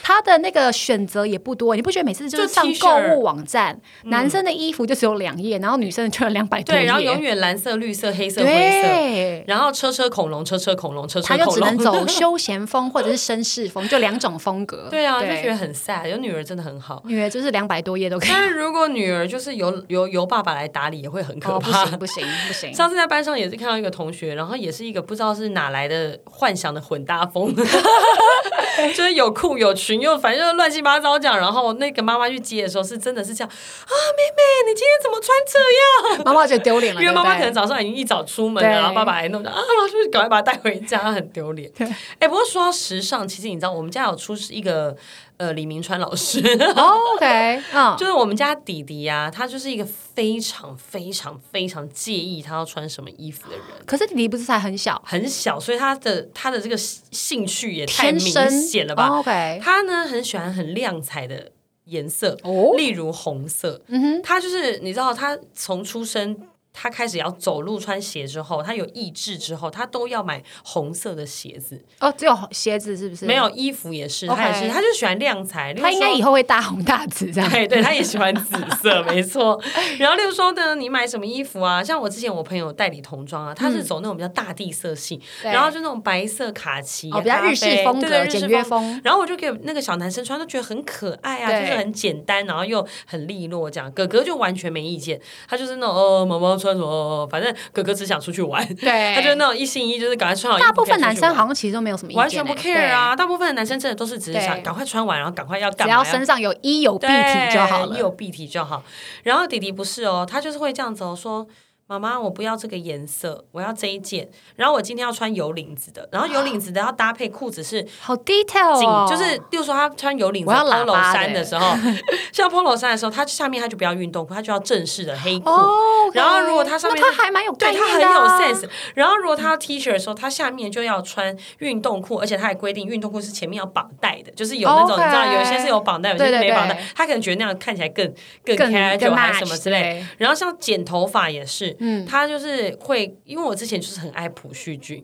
Speaker 1: 他的那个选择也不多，你不觉得每次就是
Speaker 2: 就
Speaker 1: 上
Speaker 2: T 恤
Speaker 1: 购物网站，男生的衣服就只有两页，然后女生的就有两百多页，
Speaker 2: 嗯对，然后永远蓝色、绿色、黑色、灰色，
Speaker 1: 对，
Speaker 2: 然后车车恐龙、车车恐龙、车车
Speaker 1: 他就
Speaker 2: 恐
Speaker 1: 只能
Speaker 2: 龙，
Speaker 1: 走休闲风 或者是绅士风，就两种风格。
Speaker 2: 对啊，就觉得很 sad。有女儿真的很好，
Speaker 1: 女儿就是两百多页都可以。
Speaker 2: 但是如果女儿就是由由由爸爸来打理，也会很可
Speaker 1: 哦，不
Speaker 2: 怕。
Speaker 1: 行不行不行，
Speaker 2: 上次在班上也是看到一个同学，然后也是一个不知道是哪来的幻想的混搭风， 就是有裤有裙，又反正就是乱七八糟这样。然后那个妈妈去接的时候，是真的是这样啊，妹妹，你今天怎么穿这样？
Speaker 1: 妈妈就丢脸了，
Speaker 2: 因为妈妈
Speaker 1: 啊对不对
Speaker 2: 可能早上已经一早出门
Speaker 1: 对
Speaker 2: 了，然后爸爸还弄着啊，然后就赶快把他带回家，很丢脸。哎，不过说到时尚，其实你知道，我们家有出一个呃李明川老师，
Speaker 1: 哦 OK，嗯，
Speaker 2: 就是我们家弟弟呀、他就是一个非常非常非常介意他要穿什么衣服的人。
Speaker 1: 可是弟弟不是才很小，
Speaker 2: 很小，所以他的他的这个兴趣也太
Speaker 1: 天
Speaker 2: 明
Speaker 1: 生
Speaker 2: 显了吧？
Speaker 1: 哦？OK，
Speaker 2: 他呢很喜欢很亮彩的颜色，
Speaker 1: 哦
Speaker 2: 例如红色。
Speaker 1: 嗯哼，
Speaker 2: 他就是你知道，他从出生。他开始要走路穿鞋之后，他有意志之后，他都要买红色的鞋子，
Speaker 1: 哦，只有鞋子是不是？
Speaker 2: 没，有衣服也是，
Speaker 1: OK
Speaker 2: 他也是，他就喜欢亮彩。
Speaker 1: 他应该
Speaker 2: 例如说
Speaker 1: 以后会大红大紫 这样。
Speaker 2: 对对，他也喜欢紫色， 没错。然后，例如说呢，你买什么衣服啊？像我之前我朋友代理童装啊，他是走那种比较大地色系，
Speaker 1: 对
Speaker 2: 然后就那种白色卡其、啊
Speaker 1: 哦比较
Speaker 2: 咖啡
Speaker 1: 日式风格
Speaker 2: 对对日式
Speaker 1: 简约风。
Speaker 2: 然后我就给那个小男生穿，都觉得很可爱啊，
Speaker 1: 对
Speaker 2: 就是很简单，然后又很利落这样。哥哥就完全没意见，他就是那种哦，妈妈穿什么，哦反正哥哥只想出去玩，
Speaker 1: 对
Speaker 2: 他就是那种一心一意，就是赶快穿好衣服。
Speaker 1: 大部分男生
Speaker 2: 好。
Speaker 1: 好像其实都没有什么意见、
Speaker 2: 完全不
Speaker 1: 欸
Speaker 2: care 啊！大部分的男生真的都是只是想
Speaker 1: 对
Speaker 2: 赶快穿完，然后赶快要
Speaker 1: 对，
Speaker 2: 干
Speaker 1: 只
Speaker 2: 嘛？
Speaker 1: 要身上有衣有蔽体就好
Speaker 2: 对
Speaker 1: 了。
Speaker 2: 有蔽体就好。然后弟弟不是哦，他就是会这样子哦，说妈妈，我不要这个颜色，我要这一件。然后我今天要穿有领子的，然后有领子的要搭配裤子是
Speaker 1: 好 detail
Speaker 2: 紧，
Speaker 1: 哦，
Speaker 2: 就是例如说他穿有领子
Speaker 1: 我要喇
Speaker 2: polo
Speaker 1: 叭的
Speaker 2: 衫的时候， 像 polo 衫的时候，他下面他就不要运动裤，他就要正式的黑裤。
Speaker 1: 哦。OK
Speaker 2: 然后如果他上面
Speaker 1: 那
Speaker 2: 是
Speaker 1: 他还蛮有概
Speaker 2: 对
Speaker 1: 念的
Speaker 2: 他
Speaker 1: 啊、
Speaker 2: 很有 sense。然后如果他要 T 恤的时候，他下面就要穿运动裤，而且他还规定运动裤是前面要绑带的，就是有那种
Speaker 1: OK
Speaker 2: 你知道，有一些是有绑带，有些
Speaker 1: 对
Speaker 2: 是
Speaker 1: 对
Speaker 2: 没绑带
Speaker 1: 对。
Speaker 2: 他可能觉得那样看起来更更
Speaker 1: 更
Speaker 2: casual
Speaker 1: 更
Speaker 2: 还
Speaker 1: match
Speaker 2: 是什么之类。
Speaker 1: 对
Speaker 2: 然后像剪头发也是，
Speaker 1: 嗯
Speaker 2: 他就是会，因为我之前就是很爱朴 叙俊，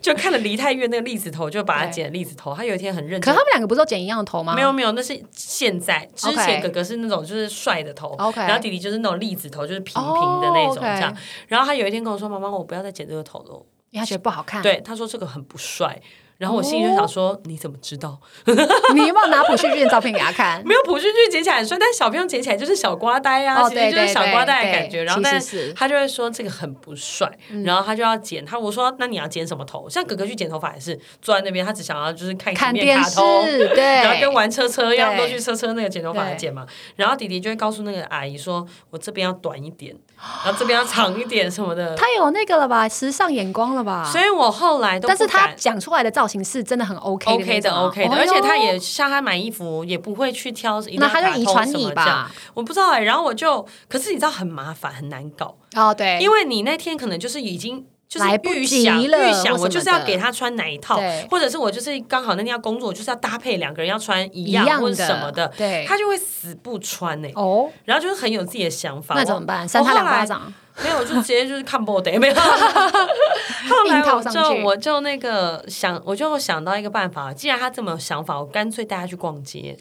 Speaker 2: 就看了梨泰院那个栗子头，就把他
Speaker 1: 对
Speaker 2: 剪栗子头。他有一天很认
Speaker 1: 可
Speaker 2: 真
Speaker 1: 他。们两个不是都剪一样的头吗？
Speaker 2: 没有没有，那是现在。之
Speaker 1: OK
Speaker 2: 前哥哥是那种就是帅的头
Speaker 1: OK
Speaker 2: 然后弟弟就是那种栗子头，就是平平的那种
Speaker 1: 哦，OK
Speaker 2: 这样。然后他有一天跟我说：“妈妈，我不要再剪这个头了。
Speaker 1: 因为他觉得不好”看。，
Speaker 2: 对，他说这个很不帅。然后
Speaker 1: 哦
Speaker 2: 我心里就想说：“你怎么知道？
Speaker 1: 你有没有拿朴叙俊的照片给他 看？
Speaker 2: 没有朴叙俊剪起来很帅，但小朋友剪起来就是小瓜呆啊，
Speaker 1: 哦
Speaker 2: 其实就
Speaker 1: 对对
Speaker 2: 是小瓜呆的
Speaker 1: 对
Speaker 2: 感觉。
Speaker 1: 对
Speaker 2: 然后，
Speaker 1: 其实
Speaker 2: 但
Speaker 1: 是嗯
Speaker 2: 他就会说这个很不帅，然后他就要剪。他我说：“那你要剪什么头？”像哥哥去剪头发也是坐在那边，他只想要就是看
Speaker 1: 看
Speaker 2: 前面
Speaker 1: 电
Speaker 2: 卡
Speaker 1: 视，
Speaker 2: 通。
Speaker 1: 对，
Speaker 2: 然后跟玩车车一样，
Speaker 1: 对
Speaker 2: 都去车车那个剪头发
Speaker 1: 对
Speaker 2: 剪嘛。然后弟弟就会告诉那个阿姨说：“我这边要短一点，然后这边要长一点什么的。
Speaker 1: 他有那个了吧，时尚眼光了”吧？
Speaker 2: 所以我后来都不
Speaker 1: 但是他
Speaker 2: 敢
Speaker 1: 讲出来的造型是真的很 OK 的啊
Speaker 2: OK 的 OK 的，而且他也像他买衣服也不会去挑，一定
Speaker 1: 哦那
Speaker 2: 要
Speaker 1: 他就
Speaker 2: 打
Speaker 1: 遗
Speaker 2: 通
Speaker 1: 传
Speaker 2: 什
Speaker 1: 你
Speaker 2: 么
Speaker 1: 吧
Speaker 2: 这样我不知道哎。然后我就，可是你知道很麻烦，很难搞，
Speaker 1: 哦对，
Speaker 2: 因为你那天可能就是已经。就是
Speaker 1: 来不
Speaker 2: 预
Speaker 1: 及
Speaker 2: 想
Speaker 1: 了或
Speaker 2: 预想
Speaker 1: 什
Speaker 2: 我就
Speaker 1: 么
Speaker 2: 是要
Speaker 1: 的
Speaker 2: 给他穿哪一套
Speaker 1: 对，
Speaker 2: 或者是我就是刚好那天要工作，我就是要搭配两个人要穿一
Speaker 1: 一
Speaker 2: 样
Speaker 1: 样
Speaker 2: 或
Speaker 1: 的
Speaker 2: 者什么的，
Speaker 1: 对，
Speaker 2: 他就会死不穿呢、欸
Speaker 1: 哦，
Speaker 2: 然后就是很有自己的想法。
Speaker 1: 那怎么办？扇他两巴掌，
Speaker 2: 我？没有，我就直接就是看 b o d 没有。后来
Speaker 1: 硬套
Speaker 2: 我
Speaker 1: 上
Speaker 2: 就
Speaker 1: 去
Speaker 2: 我就那个想，我就想到一个办法，既然他这么有想法，我干脆带他去逛 街。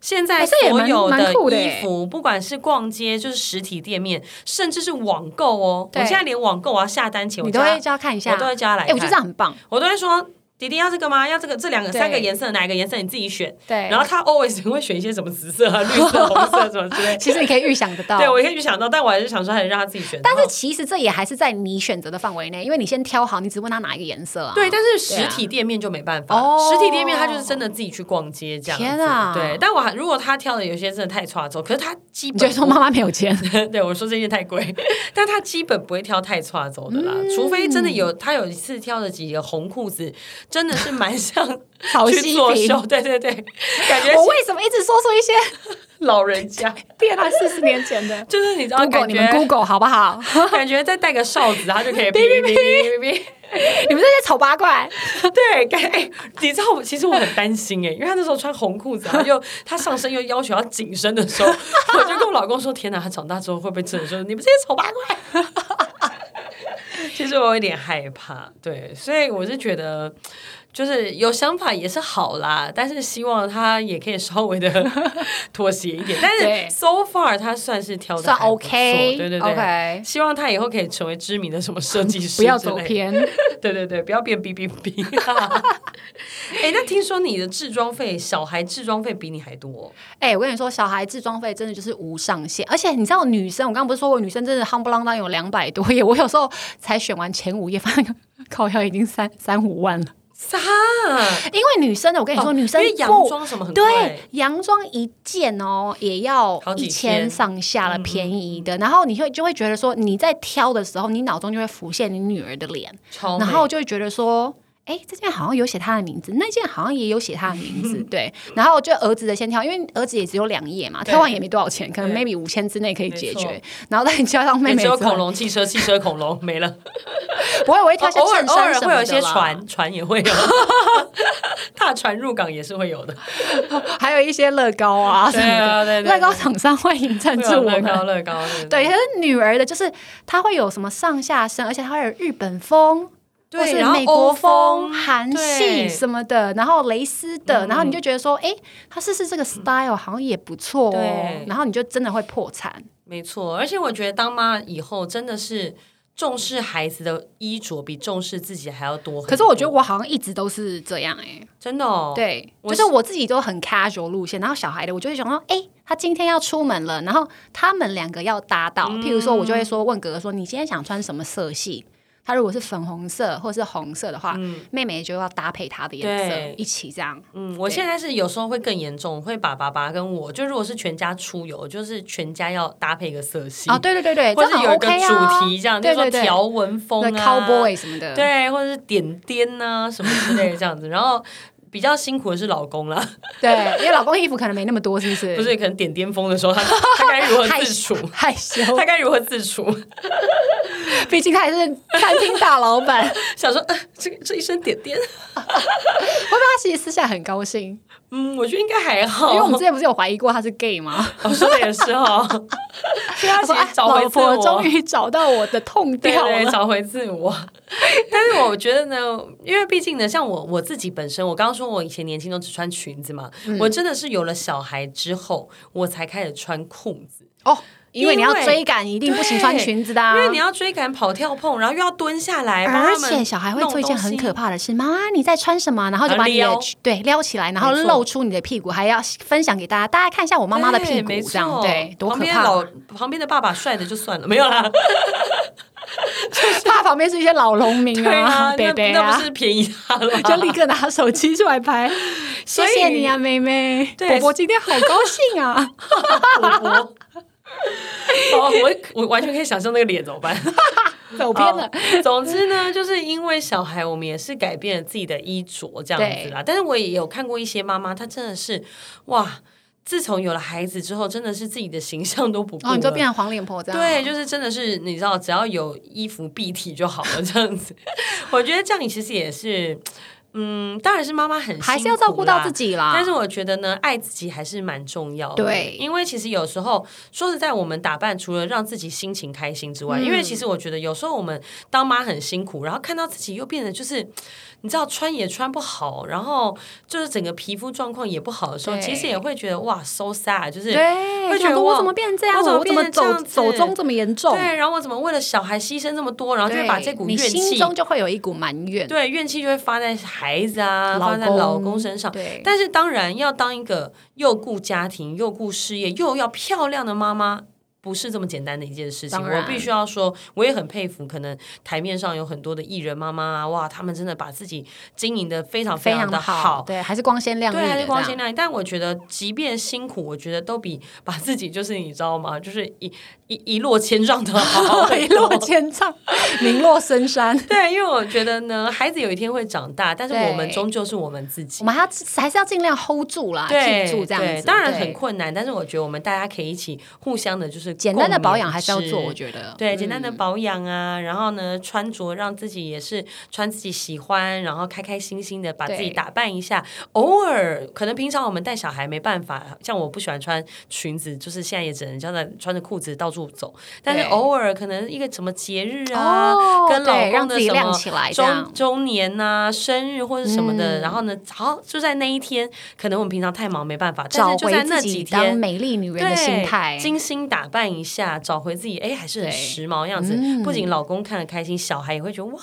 Speaker 2: 现在
Speaker 1: 哎这也
Speaker 2: 所
Speaker 1: 蛮
Speaker 2: 有
Speaker 1: 蛮酷的
Speaker 2: 衣服，不管是逛街，就是实体店面，甚至是网购哦。我
Speaker 1: 对
Speaker 2: 现在连网购我要下单前，我
Speaker 1: 你都
Speaker 2: 叫
Speaker 1: 会
Speaker 2: 他
Speaker 1: 叫他看一下，
Speaker 2: 我都会叫他来
Speaker 1: 哎，我觉得
Speaker 2: 看
Speaker 1: 这样很棒，
Speaker 2: 我都会说：“迪迪要这个吗？要这个，这两个
Speaker 1: 对
Speaker 2: 三个颜色，哪一个颜色你自己选。”
Speaker 1: 对，
Speaker 2: 然后他 always 会选一些什么紫色啊、绿色、红色什么之类的。
Speaker 1: 其实你可以预想得到，
Speaker 2: 对，我可以去想到，但我还是想说，还是让他自己选。
Speaker 1: 但
Speaker 2: 然
Speaker 1: 是
Speaker 2: 后
Speaker 1: 其实这也还是在你选择的范围内，因为你先挑好，你只问他哪一个颜色啊。
Speaker 2: 对，但是
Speaker 1: 对
Speaker 2: 实
Speaker 1: 啊
Speaker 2: 体店面就没办法。
Speaker 1: 哦
Speaker 2: 实体店面他就是真的自己去逛街这样子。
Speaker 1: 天啊
Speaker 2: 对，但我还如果他挑的有些真的太差之可是他基
Speaker 1: 你就
Speaker 2: 本
Speaker 1: 会说妈妈没有 钱，
Speaker 2: 对我说这件太贵，但他基本不会挑太差走的啦，
Speaker 1: 嗯
Speaker 2: 除非真的有他有一次挑的几个红裤子，真的 是蛮像
Speaker 1: 好
Speaker 2: 去
Speaker 1: 稀
Speaker 2: 作
Speaker 1: 奇。
Speaker 2: 秀。对对对，感觉
Speaker 1: 我为什么一直说出一些
Speaker 2: 老人家
Speaker 1: 天啊，四十年前 的
Speaker 2: 就是你知道，
Speaker 1: Google？
Speaker 2: 感
Speaker 1: 你们
Speaker 2: 觉
Speaker 1: Google 好不好？
Speaker 2: 感觉再戴个哨子，他就 可以哔哔哔哔哔哔。
Speaker 1: 你们这些丑八怪，
Speaker 2: 对，该、哎你知道我其实我很担心哎、因为他那时候穿红裤子，然啊后又他上身又要求要紧身的时候， 我就跟我老公说：“天哪，他长大之后会不会真的说你们这些丑八怪？” 其实我有点害怕，对，所以我是觉得。就是有想法也是好啦，但是希望他也可以稍 微的妥协一点。但
Speaker 1: 对
Speaker 2: 是 so far 他算是挑的
Speaker 1: 算 OK，
Speaker 2: 对对对
Speaker 1: OK
Speaker 2: 希望他以后可以成为知名的什么设计
Speaker 1: 不
Speaker 2: 师，
Speaker 1: 要走。偏。
Speaker 2: 对对对，不要变哔哔哔。 哎、那听说你的置装费，小孩置装费比你还多、
Speaker 1: 哎、我跟你说，小孩置装费真的就是无上限，而且你知道，女生我刚刚不是说我女生真的夯不啷当有 两百多页，我有时候才选完前五页，发现靠腰已经三三五万了。
Speaker 2: 啥？
Speaker 1: 因为女生的，我跟你说，
Speaker 2: 哦
Speaker 1: 女生
Speaker 2: 因为洋
Speaker 1: 不
Speaker 2: 装什么很
Speaker 1: 对
Speaker 2: 贵，
Speaker 1: 洋装一件哦也要
Speaker 2: 好
Speaker 1: 一
Speaker 2: 几
Speaker 1: 千
Speaker 2: 千嗯
Speaker 1: 上下了，便宜的。然后你会就会觉得说，你在挑的时候，你脑中就会浮现你女儿的脸，
Speaker 2: 超美
Speaker 1: 然后就会觉得说。哎，这件好像有写她的名字，那件好像也有写她的名字，
Speaker 2: 嗯
Speaker 1: 对。然后就儿子的先挑，因为儿子也只有两页嘛，
Speaker 2: 对
Speaker 1: 挑完也没多少钱，可能
Speaker 2: 对
Speaker 1: maybe 五千之内可以
Speaker 2: 没
Speaker 1: 解
Speaker 2: 错
Speaker 1: 决。然后再加上妹
Speaker 2: 也
Speaker 1: 妹
Speaker 2: 只有
Speaker 1: 之后
Speaker 2: 恐龙汽车、汽车恐龙 没了，
Speaker 1: 不会，我会挑一些
Speaker 2: 偶尔
Speaker 1: 衬
Speaker 2: 偶
Speaker 1: 衫
Speaker 2: 尔
Speaker 1: 什么的
Speaker 2: 会有一些
Speaker 1: 啦
Speaker 2: 船，船也会有， 大船入港也是会有的。
Speaker 1: 还有一些乐高 啊什
Speaker 2: 对
Speaker 1: 么的。
Speaker 2: 啊，对对，
Speaker 1: 乐高厂商欢迎赞助
Speaker 2: 会有
Speaker 1: 我
Speaker 2: 乐
Speaker 1: 们。
Speaker 2: 高乐高，
Speaker 1: 对，可是女儿的就是她会有什么上下身，而且她会有日本风。或
Speaker 2: 对
Speaker 1: 是
Speaker 2: 然后
Speaker 1: 美国
Speaker 2: 欧
Speaker 1: 风、
Speaker 2: 风
Speaker 1: 韩系
Speaker 2: 对
Speaker 1: 什么的，然后蕾丝的，
Speaker 2: 嗯
Speaker 1: 然后你就觉得说，哎、她试试这个 style 好像也不错哦
Speaker 2: 对，
Speaker 1: 然后你就真的会破产。
Speaker 2: 没错，而且我觉得当妈以后真的是重视孩子的衣着比重视自己还要多很多。
Speaker 1: 可是我觉得我好像一直都是这样、诶，
Speaker 2: 真的哦
Speaker 1: 哎，，对，
Speaker 2: 我
Speaker 1: 就是我自己都很 casual 路线，然后小孩的我就会想说，哎、他今天要出门了，然后他们两个要搭到，
Speaker 2: 嗯
Speaker 1: 譬如说我就会说问哥哥说，你今天想穿什么色系？他如果是粉红色或是红色的话，妹妹就要搭配她的颜色
Speaker 2: 嗯对
Speaker 1: 一起这样。
Speaker 2: 嗯，我
Speaker 1: 对
Speaker 2: 现在是有时候会更严重，会把爸爸跟我，就如果是全家出游，就是全家要搭配一个色系
Speaker 1: 哦，，对对对对，
Speaker 2: 或
Speaker 1: 这
Speaker 2: 者
Speaker 1: 很
Speaker 2: 有一个
Speaker 1: OK 啊，
Speaker 2: 主题这样，
Speaker 1: 对
Speaker 2: 就
Speaker 1: 对
Speaker 2: 说
Speaker 1: 对，
Speaker 2: 条纹风
Speaker 1: 对
Speaker 2: 啊
Speaker 1: cowboy 什么的，
Speaker 2: 对，或者是点点呐、啊、什么之类的这样子，然后。比较辛苦的是老公啦，
Speaker 1: 对，因为老公衣服可能没那么多，是不是？
Speaker 2: 不是可能点巅峰的时候，他他该如何
Speaker 1: 害
Speaker 2: 自处？
Speaker 1: 害羞，
Speaker 2: 他该如何自处？
Speaker 1: 毕竟他还是餐厅大老板，会 不
Speaker 2: 想说，呃、这个这一身点点，
Speaker 1: 会他其实私下很高兴？
Speaker 2: 嗯，我觉得应该还
Speaker 1: 因
Speaker 2: 好，
Speaker 1: 为我们之前不是有怀疑过他是 gay 吗？
Speaker 2: 哦， 说的也是哈，所以
Speaker 1: 他
Speaker 2: 他其
Speaker 1: 说：“哎
Speaker 2: 实，找回
Speaker 1: 老
Speaker 2: 自我，
Speaker 1: 婆终于找到我的痛
Speaker 2: 对
Speaker 1: 调
Speaker 2: 对，
Speaker 1: 了。
Speaker 2: 找回自我。但是我觉得呢，因为毕竟呢，像我我自己本身，我刚刚说我以前年轻都只穿裙子嘛，
Speaker 1: 嗯
Speaker 2: 我真的是有了小孩之后，我才开始穿裤子。”
Speaker 1: 哦，因为你要
Speaker 2: 因为
Speaker 1: 追赶，一定不行穿裙子的、啊，
Speaker 2: 因为你。要追赶跑跳碰，然后又要蹲下来，帮
Speaker 1: 而
Speaker 2: 他们
Speaker 1: 且小孩会做一件很可
Speaker 2: 怕。
Speaker 1: 怕的事，妈，你在穿什么？然后就把你
Speaker 2: 然
Speaker 1: 的
Speaker 2: 啊后撩
Speaker 1: 对撩起来，然后
Speaker 2: 没错
Speaker 1: 露出你的屁股，还要分享给大家，大家看一下我妈妈的
Speaker 2: 对
Speaker 1: 屁股，
Speaker 2: 没
Speaker 1: 这样
Speaker 2: 错
Speaker 1: 对，多
Speaker 2: 旁
Speaker 1: 可
Speaker 2: 边
Speaker 1: 怕！啊
Speaker 2: 老旁边的爸爸帅的就算了，没有啦，
Speaker 1: 怕旁边是一些老农民
Speaker 2: 对
Speaker 1: 啊、
Speaker 2: 啊，
Speaker 1: 北 北
Speaker 2: 那那
Speaker 1: 啊
Speaker 2: 不，是便宜他了吗？
Speaker 1: 就立刻拿手机出来拍。谢
Speaker 2: 所以
Speaker 1: 谢你啊，妹妹，
Speaker 2: 对
Speaker 1: 伯伯今天好高兴 啊！
Speaker 2: 我我 哦，我我完全可以想象那个脸怎么办。
Speaker 1: 走偏了，
Speaker 2: 好总之呢，就是因为小孩，我们也是改变了自己的衣着这样子啦。但是我也有看过一些妈妈，她真的是哇，自从有了孩子之后，真的是自己的形象都不顾
Speaker 1: 然后
Speaker 2: 了。
Speaker 1: 哦你就变成黄脸婆这样。
Speaker 2: 对，就是真的是你知道，只要有衣服蔽体就好了，这样子。 我觉得这样其实也是，嗯，当然是妈妈很
Speaker 1: 还是要
Speaker 2: 辛苦
Speaker 1: 照顾到
Speaker 2: 啦
Speaker 1: 自己啦。
Speaker 2: 但是我觉得呢，爱自己还是蛮重要的。
Speaker 1: 啊对
Speaker 2: 因为其实有时候说实在，我们打扮除了让自己心情开心之
Speaker 1: 嗯
Speaker 2: 外，因为其实我觉得有时候我们当妈很辛苦，然后看到自己又变得就是。你知道穿也穿不好，然后就是整个皮肤状况也不好的时候，
Speaker 1: 对
Speaker 2: 其实也会觉得哇，so sad，就是
Speaker 1: 对，
Speaker 2: 会觉得
Speaker 1: 想说我
Speaker 2: 哇
Speaker 1: 怎么变成这样？
Speaker 2: 我怎么
Speaker 1: 我怎么
Speaker 2: 变成这
Speaker 1: 走
Speaker 2: 样子
Speaker 1: 走中这么严重？
Speaker 2: 对，然后我怎么为了小孩牺牲这么多，然后就会把这股
Speaker 1: 你
Speaker 2: 怨
Speaker 1: 心
Speaker 2: 气，
Speaker 1: 中就会有一股埋怨，
Speaker 2: 对怨气就会发在孩子啊，
Speaker 1: 老
Speaker 2: 发
Speaker 1: 公
Speaker 2: 在老公身上。
Speaker 1: 对，
Speaker 2: 但是当然，要当一个又顾家庭、又顾事业、又要漂亮的妈妈。不是这么简单的一件事情，
Speaker 1: 当然
Speaker 2: 我必须要说，我也很佩服。可能台面上有很多的艺人妈妈啊，哇，他们真的把自己经营的非常
Speaker 1: 非
Speaker 2: 常
Speaker 1: 常
Speaker 2: 的
Speaker 1: 的好，对，还是光鲜亮丽
Speaker 2: 对，
Speaker 1: 的，
Speaker 2: 还是光鲜。亮丽。但我觉得，即便辛苦，我觉得都比把自己就是你知道吗？ 就是一一一落千丈的好 好地
Speaker 1: 一落
Speaker 2: 过
Speaker 1: 千丈，名落深 山。
Speaker 2: 对，因为我觉得呢，孩子有一天会长大，但是
Speaker 1: 对
Speaker 2: 我们终究是我们自己
Speaker 1: 我。们还要还是要尽量 hold 住啦
Speaker 2: 对，
Speaker 1: ，keep 住啊这样
Speaker 2: 对
Speaker 1: 子。
Speaker 2: 当然
Speaker 1: 对
Speaker 2: 很困难，但是我觉得我们大家可以一起互相的，就是
Speaker 1: 简单的
Speaker 2: 共勉
Speaker 1: 保养还是要做，我
Speaker 2: 之
Speaker 1: 觉得。
Speaker 2: 对，
Speaker 1: 嗯
Speaker 2: 简单的保养啊，然后呢，穿着让自己也是穿自己喜欢，然后开开心心的把自己
Speaker 1: 对
Speaker 2: 打扮一下。偶尔可能平常我们带小孩没办法，像我不喜欢穿裙子，就是现在也只能这样的穿着裤子到处走。但是
Speaker 1: 对
Speaker 2: 偶尔可能一个什么节日啊，
Speaker 1: 哦，
Speaker 2: 跟老
Speaker 1: 对让
Speaker 2: 公
Speaker 1: 自
Speaker 2: 的
Speaker 1: 己
Speaker 2: 什
Speaker 1: 亮
Speaker 2: 么
Speaker 1: 起来，这样嗯
Speaker 2: 周周年呐、生日或者什么的，然后呢，好就在那一天，可能我们平常太忙没办法，但
Speaker 1: 找
Speaker 2: 是就
Speaker 1: 回
Speaker 2: 在那
Speaker 1: 自
Speaker 2: 几
Speaker 1: 己当
Speaker 2: 天。
Speaker 1: 美丽女人
Speaker 2: 对
Speaker 1: 的心态。
Speaker 2: 精心打扮扮一下，找回自己，哎，还是很
Speaker 1: 对
Speaker 2: 时髦的样子。
Speaker 1: 嗯
Speaker 2: 不仅老公看了开心，小孩也会觉得哇，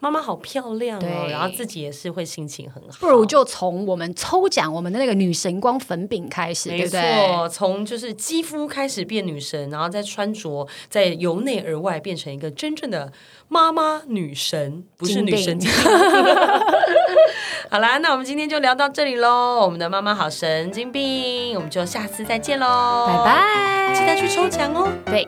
Speaker 2: 妈妈好漂亮哦，
Speaker 1: 对
Speaker 2: 然后自己也是会心情很好。
Speaker 1: 不如就从我们抽奖我们的那个女神光粉饼开始，对
Speaker 2: 没
Speaker 1: 不
Speaker 2: 错
Speaker 1: 对？，
Speaker 2: 从就是肌肤开始变女神，然后再穿着，再由内而外变成一个真正的妈妈女神，不是女神
Speaker 1: 金
Speaker 2: 经病。好啦，那我们今天就聊到这里喽。我们的妈妈好神经病，我们就下次再见喽，
Speaker 1: 拜，拜，
Speaker 2: 期待去抽奖哦。
Speaker 1: 对。